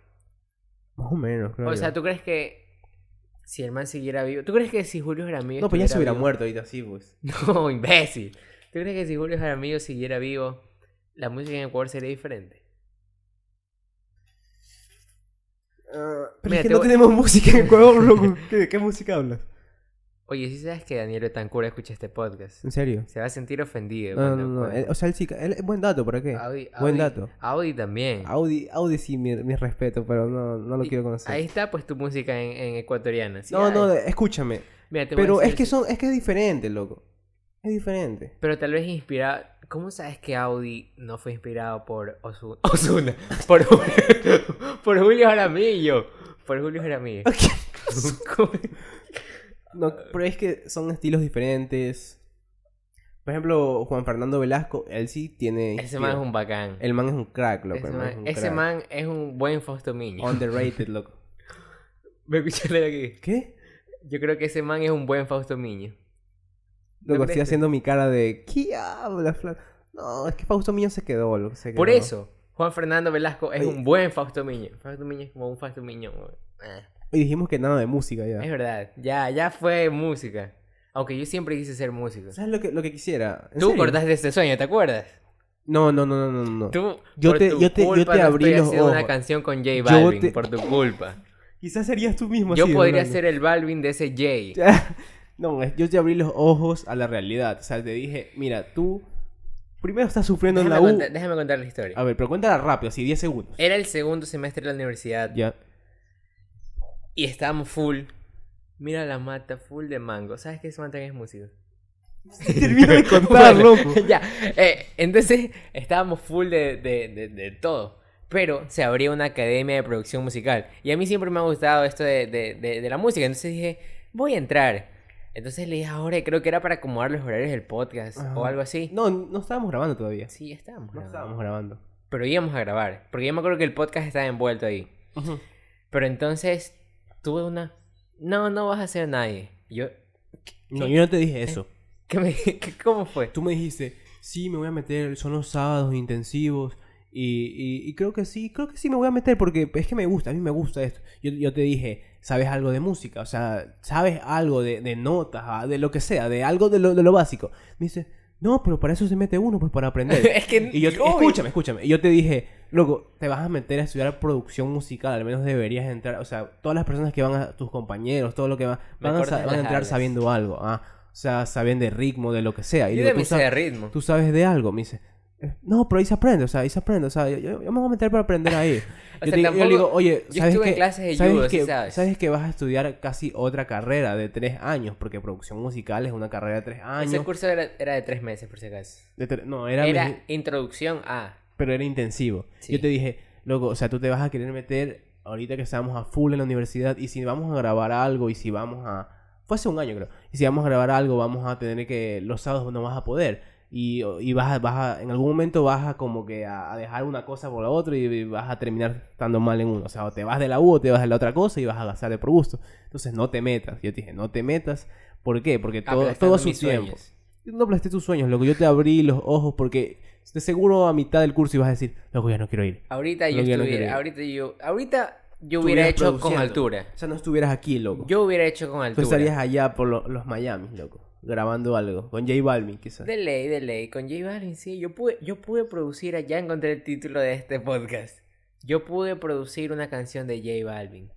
[SPEAKER 2] Más o menos, creo.
[SPEAKER 1] O
[SPEAKER 2] yo.
[SPEAKER 1] sea, ¿tú crees que si el man siguiera vivo? ¿Tú crees que si Julio Jaramillo.
[SPEAKER 2] No, pues ya se hubiera
[SPEAKER 1] estuviera
[SPEAKER 2] muerto ahorita, sí, pues.
[SPEAKER 1] vivo- No, imbécil. ¿Tú crees que si Julio Jaramillo siguiera vivo, la música en Ecuador sería diferente?
[SPEAKER 2] Ah, pero
[SPEAKER 1] Mira,
[SPEAKER 2] es que
[SPEAKER 1] te
[SPEAKER 2] no
[SPEAKER 1] voy-
[SPEAKER 2] tenemos música en Ecuador, loco. ¿Qué- ¿De qué música hablas?
[SPEAKER 1] Oye, si sabes que Daniel Betancur escucha este podcast?
[SPEAKER 2] ¿En serio?
[SPEAKER 1] Se va a sentir ofendido.
[SPEAKER 2] No,
[SPEAKER 1] cuando-
[SPEAKER 2] no, no.
[SPEAKER 1] cuando-
[SPEAKER 2] él- o sea, él sí. ca- él- buen dato, ¿para qué?
[SPEAKER 1] Audi,
[SPEAKER 2] Buen
[SPEAKER 1] Audi-
[SPEAKER 2] dato.
[SPEAKER 1] Audi también.
[SPEAKER 2] Audi, Audi sí, mi, mi respeto, pero no, no lo
[SPEAKER 1] Y-
[SPEAKER 2] quiero conocer.
[SPEAKER 1] Ahí está pues tu música en, en ecuatoriana. Sí,
[SPEAKER 2] no,
[SPEAKER 1] hay.
[SPEAKER 2] no, escúchame.
[SPEAKER 1] Mira, te voy a
[SPEAKER 2] Pero es
[SPEAKER 1] decir-
[SPEAKER 2] que son, es que es diferente, loco. Es diferente.
[SPEAKER 1] Pero tal vez inspirado... ¿Cómo sabes que Audi no fue inspirado por Ozuna? Ozuna. Por Julio, por Julio Jaramillo. Por Julio Jaramillo. ¿Cómo?
[SPEAKER 2] No, pero es que son estilos diferentes. Por ejemplo, Juan Fernando Velasco, él sí tiene.
[SPEAKER 1] Ese
[SPEAKER 2] estilo.
[SPEAKER 1] man es un bacán.
[SPEAKER 2] El man es un crack, loco.
[SPEAKER 1] ese
[SPEAKER 2] el
[SPEAKER 1] man,
[SPEAKER 2] es un
[SPEAKER 1] ese
[SPEAKER 2] crack.
[SPEAKER 1] man es un buen Fausto Miño.
[SPEAKER 2] Underrated, loco.
[SPEAKER 1] Me escuché leer aquí.
[SPEAKER 2] ¿Qué?
[SPEAKER 1] Yo creo que ese man es un buen Fausto Miño.
[SPEAKER 2] Loco, estoy
[SPEAKER 1] parece?
[SPEAKER 2] haciendo mi cara de. ¿Qué habla, Flan? No, es que Fausto Miño se quedó, loco. se
[SPEAKER 1] Por
[SPEAKER 2] quedó.
[SPEAKER 1] eso, Juan Fernando Velasco es
[SPEAKER 2] Oye.
[SPEAKER 1] un buen Fausto Miño. Fausto Miño es como un Fausto Miño. güey. Ah,
[SPEAKER 2] Y dijimos que nada de música ya.
[SPEAKER 1] Es verdad, ya, ya fue música. Aunque yo siempre quise ser músico.
[SPEAKER 2] ¿Sabes lo que, lo que quisiera? ¿En
[SPEAKER 1] Tú
[SPEAKER 2] serio?
[SPEAKER 1] cortaste este sueño, ¿te acuerdas?
[SPEAKER 2] No, no, no, no, no, no.
[SPEAKER 1] Tú,
[SPEAKER 2] Yo
[SPEAKER 1] por
[SPEAKER 2] te-
[SPEAKER 1] tu
[SPEAKER 2] yo te- yo
[SPEAKER 1] culpa,
[SPEAKER 2] te
[SPEAKER 1] no
[SPEAKER 2] abrí
[SPEAKER 1] estoy
[SPEAKER 2] los
[SPEAKER 1] haciendo una
[SPEAKER 2] ojos.
[SPEAKER 1] canción con J
[SPEAKER 2] Yo
[SPEAKER 1] Balvin,
[SPEAKER 2] te-
[SPEAKER 1] por tu culpa.
[SPEAKER 2] Quizás serías tú mismo
[SPEAKER 1] Yo
[SPEAKER 2] así,
[SPEAKER 1] podría
[SPEAKER 2] Orlando.
[SPEAKER 1] ser el Balvin de ese J.
[SPEAKER 2] no, es- yo te abrí los ojos a la realidad. O sea, te dije, mira, tú primero estás sufriendo
[SPEAKER 1] Déjame,
[SPEAKER 2] en la U.
[SPEAKER 1] contar, déjame contar la historia.
[SPEAKER 2] A ver, pero cuéntala rápido, así 10 segundos.
[SPEAKER 1] Era el segundo semestre de la universidad.
[SPEAKER 2] Ya.
[SPEAKER 1] Y estábamos full. Mira la mata, full de mango. ¿Sabes qué es mata que es músico?
[SPEAKER 2] Termina de contar,
[SPEAKER 1] Bueno,
[SPEAKER 2] loco.
[SPEAKER 1] ya. Eh, entonces estábamos full de, de- de- de todo. Pero se abría una academia de producción musical. Y a mí siempre me ha gustado esto de, de- de- de la música. Entonces dije, voy a entrar. Entonces le dije, ahora creo que era para acomodar los horarios del podcast
[SPEAKER 2] Ajá.
[SPEAKER 1] o algo así.
[SPEAKER 2] No, no estábamos grabando todavía.
[SPEAKER 1] Sí, ya estábamos.
[SPEAKER 2] No
[SPEAKER 1] grabando.
[SPEAKER 2] estábamos grabando.
[SPEAKER 1] Pero íbamos a grabar. Porque yo me acuerdo que el podcast estaba envuelto ahí.
[SPEAKER 2] Ujú.
[SPEAKER 1] Pero entonces tuve una... No, no vas a ser nadie. Y Yo...
[SPEAKER 2] No, yo no te dije eso.
[SPEAKER 1] ¿qué me- qué- ¿Cómo fue?
[SPEAKER 2] Tú me dijiste, sí, me voy a meter, son los sábados intensivos. Y, y- y creo que sí, creo que sí me voy a meter porque es que me gusta, a mí me gusta esto. Yo, yo te dije, ¿sabes algo de música? O sea, ¿sabes algo de, de notas, ah, de lo que sea, de algo de lo, de lo básico? Me dice, no, pero para eso se mete uno, pues para aprender.
[SPEAKER 1] es que...
[SPEAKER 2] y yo,
[SPEAKER 1] obvio.
[SPEAKER 2] escúchame, escúchame. Y yo te dije, loco, te vas a meter a estudiar producción musical, al menos deberías entrar. O sea, todas las personas que van a tus compañeros, todo lo que van,
[SPEAKER 1] Me
[SPEAKER 2] van, a, sa-
[SPEAKER 1] cortas
[SPEAKER 2] van a
[SPEAKER 1] las
[SPEAKER 2] entrar
[SPEAKER 1] alas.
[SPEAKER 2] sabiendo algo. ah. O sea, saben de ritmo, de lo que sea. Y
[SPEAKER 1] Yo
[SPEAKER 2] digo,
[SPEAKER 1] de
[SPEAKER 2] "Tú
[SPEAKER 1] mi
[SPEAKER 2] sabes-
[SPEAKER 1] de ritmo.
[SPEAKER 2] tú sabes de algo. Me dice, "Eh, no, pero ahí se aprende, o sea, ahí se aprende, o sea, yo, yo- yo me voy a meter para aprender ahí.
[SPEAKER 1] O
[SPEAKER 2] yo,
[SPEAKER 1] sea,
[SPEAKER 2] te- yo
[SPEAKER 1] tampoco-
[SPEAKER 2] le digo, oye,
[SPEAKER 1] yo
[SPEAKER 2] ¿sabes
[SPEAKER 1] estuve
[SPEAKER 2] que,
[SPEAKER 1] en clases de
[SPEAKER 2] ¿sabes,
[SPEAKER 1] judo, sí
[SPEAKER 2] que,
[SPEAKER 1] sabes.
[SPEAKER 2] que vas a estudiar casi otra carrera de tres años? Porque producción musical es una carrera de tres
[SPEAKER 1] Ese
[SPEAKER 2] años.
[SPEAKER 1] curso era, era de tres meses, por si acaso.
[SPEAKER 2] de tre- no, era,
[SPEAKER 1] Era,
[SPEAKER 2] meji-
[SPEAKER 1] introducción a...
[SPEAKER 2] pero era intensivo.
[SPEAKER 1] Sí.
[SPEAKER 2] Yo te dije, loco, o sea, tú te vas a querer meter ahorita que estamos a full en la universidad y si vamos a grabar algo y si vamos a... Fue hace un año creo. Y si vamos a grabar algo vamos a tener que... Los sábados no vas a poder. Y, y vas, a, vas a- En algún momento vas a como que a, a dejar una cosa por la otra y, y vas a terminar estando mal en uno. O sea, o te vas de la U o te vas de la otra cosa y vas a gastar de por gusto. Entonces no te metas. Yo te dije, no te metas. ¿Por qué? Porque todo,
[SPEAKER 1] Aplastando
[SPEAKER 2] todo a su
[SPEAKER 1] mis
[SPEAKER 2] tiempo.
[SPEAKER 1] sueños.
[SPEAKER 2] Yo No aplasté tus sueños, loco. Yo te abrí los ojos porque de seguro a mitad del curso ibas a decir, loco, ya no quiero ir.
[SPEAKER 1] Ahorita yo
[SPEAKER 2] Lo que yo no
[SPEAKER 1] estuviera...
[SPEAKER 2] quería.
[SPEAKER 1] ahorita yo... Ahorita yo hubiera
[SPEAKER 2] Estuvieras
[SPEAKER 1] hecho con
[SPEAKER 2] produciendo.
[SPEAKER 1] altura.
[SPEAKER 2] O sea, no estuvieras aquí, loco.
[SPEAKER 1] Yo hubiera hecho con
[SPEAKER 2] Tú
[SPEAKER 1] altura.
[SPEAKER 2] estarías allá por lo- los Miami, loco. Grabando algo. Con J Balvin, quizás.
[SPEAKER 1] De ley, de ley. Con J Balvin, sí. Yo pude, yo pude producir, allá encontré el título de este podcast. Yo pude producir una canción de J Balvin.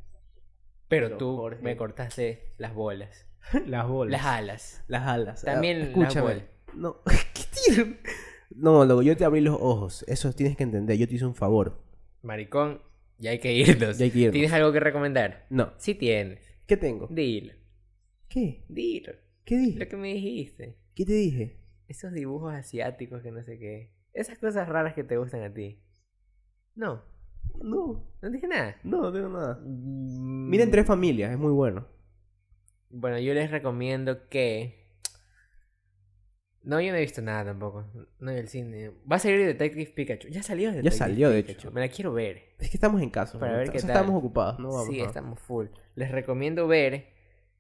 [SPEAKER 1] Pero,
[SPEAKER 2] Pero,
[SPEAKER 1] tú
[SPEAKER 2] Jorge.
[SPEAKER 1] me cortaste las bolas.
[SPEAKER 2] Las bolas.
[SPEAKER 1] Las alas.
[SPEAKER 2] Las alas.
[SPEAKER 1] También
[SPEAKER 2] Ah,
[SPEAKER 1] las
[SPEAKER 2] escúchame.
[SPEAKER 1] bolas.
[SPEAKER 2] No, ¿qué tiene? No, loco, yo te abrí los ojos. Eso tienes que entender. Yo te hice un favor.
[SPEAKER 1] Maricón, ya hay que irnos.
[SPEAKER 2] Ya hay que irnos.
[SPEAKER 1] Pues, ¿Tienes algo que recomendar?
[SPEAKER 2] No.
[SPEAKER 1] Sí tienes.
[SPEAKER 2] ¿Qué tengo?
[SPEAKER 1] Dilo.
[SPEAKER 2] ¿Qué?
[SPEAKER 1] Dilo.
[SPEAKER 2] ¿Qué
[SPEAKER 1] Lo
[SPEAKER 2] dije?
[SPEAKER 1] que me dijiste.
[SPEAKER 2] ¿Qué te dije?
[SPEAKER 1] Esos dibujos asiáticos que no sé qué. Esas cosas raras que te gustan a ti. No.
[SPEAKER 2] No,
[SPEAKER 1] No dije nada.
[SPEAKER 2] no, no tengo nada.
[SPEAKER 1] Miren
[SPEAKER 2] Miren tres familias, es muy bueno.
[SPEAKER 1] Bueno, yo les recomiendo que. No, yo no he visto nada tampoco. No en el cine. Va a salir Detective Pikachu. Ya salió Detective
[SPEAKER 2] salió, de
[SPEAKER 1] Pikachu.
[SPEAKER 2] hecho.
[SPEAKER 1] Me la quiero ver.
[SPEAKER 2] Es que estamos en casa.
[SPEAKER 1] Para
[SPEAKER 2] ¿no?
[SPEAKER 1] ver
[SPEAKER 2] O
[SPEAKER 1] qué
[SPEAKER 2] sea,
[SPEAKER 1] tal.
[SPEAKER 2] estamos ocupados, no vamos
[SPEAKER 1] sí,
[SPEAKER 2] a-
[SPEAKER 1] estamos full. Les recomiendo ver.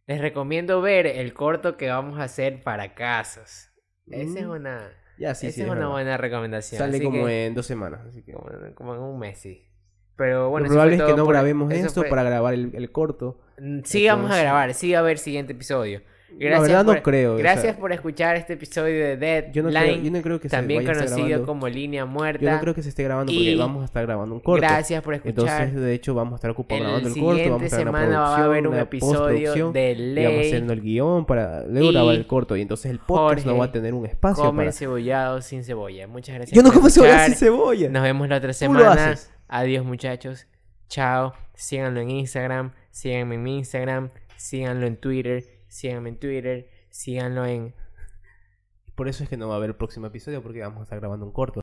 [SPEAKER 1] Les recomiendo ver el corto que vamos a hacer para casos. Esa es
[SPEAKER 2] Mm.
[SPEAKER 1] una.
[SPEAKER 2] Ya, sí,
[SPEAKER 1] esa
[SPEAKER 2] sí.
[SPEAKER 1] es
[SPEAKER 2] es
[SPEAKER 1] una
[SPEAKER 2] verdad.
[SPEAKER 1] buena recomendación.
[SPEAKER 2] Sale
[SPEAKER 1] así
[SPEAKER 2] como
[SPEAKER 1] que-
[SPEAKER 2] en dos semanas. Así que...
[SPEAKER 1] como, como en un mes, sí. Pero bueno,
[SPEAKER 2] Lo
[SPEAKER 1] eso
[SPEAKER 2] probable
[SPEAKER 1] fue
[SPEAKER 2] es que
[SPEAKER 1] todo
[SPEAKER 2] no
[SPEAKER 1] por-
[SPEAKER 2] grabemos
[SPEAKER 1] eso
[SPEAKER 2] esto
[SPEAKER 1] fue-
[SPEAKER 2] para grabar el, el corto.
[SPEAKER 1] Mm, Sí, vamos a
[SPEAKER 2] Entonces-
[SPEAKER 1] grabar, sí va a haber siguiente episodio. Gracias
[SPEAKER 2] verdad no
[SPEAKER 1] por-
[SPEAKER 2] creo, o sea-
[SPEAKER 1] Gracias por escuchar este episodio de Deadline.
[SPEAKER 2] Yo no, creo, yo no creo que se
[SPEAKER 1] también
[SPEAKER 2] vaya a estar
[SPEAKER 1] conocido
[SPEAKER 2] grabando.
[SPEAKER 1] como Línea Muerta.
[SPEAKER 2] Yo no creo que se esté grabando porque
[SPEAKER 1] Y-
[SPEAKER 2] vamos a estar grabando un corto.
[SPEAKER 1] Gracias por escuchar.
[SPEAKER 2] Entonces, de hecho, vamos a estar ocupados
[SPEAKER 1] El
[SPEAKER 2] grabando el corto.
[SPEAKER 1] siguiente
[SPEAKER 2] Vamos a estar en la
[SPEAKER 1] semana va a haber
[SPEAKER 2] producción,
[SPEAKER 1] un
[SPEAKER 2] la
[SPEAKER 1] episodio
[SPEAKER 2] postproducción,
[SPEAKER 1] de
[SPEAKER 2] Y vamos
[SPEAKER 1] ley.
[SPEAKER 2] haciendo el guión para luego
[SPEAKER 1] Y
[SPEAKER 2] grabar el corto. Y entonces el podcast no
[SPEAKER 1] Jorge
[SPEAKER 2] va a tener un espacio
[SPEAKER 1] Come
[SPEAKER 2] para...
[SPEAKER 1] cebollado sin cebolla. Muchas gracias.
[SPEAKER 2] Yo no
[SPEAKER 1] por
[SPEAKER 2] como cebolla sin
[SPEAKER 1] escuchar.
[SPEAKER 2] cebolla.
[SPEAKER 1] Nos vemos la otra
[SPEAKER 2] Tú lo
[SPEAKER 1] semana.
[SPEAKER 2] haces.
[SPEAKER 1] Adiós, muchachos. Chao. Síganlo en Instagram. Síganme en mi Instagram. Síganlo en Twitter. Síganme en Twitter. Síganlo en
[SPEAKER 2] Por eso es que no va a haber el próximo episodio porque vamos a estar grabando un corto.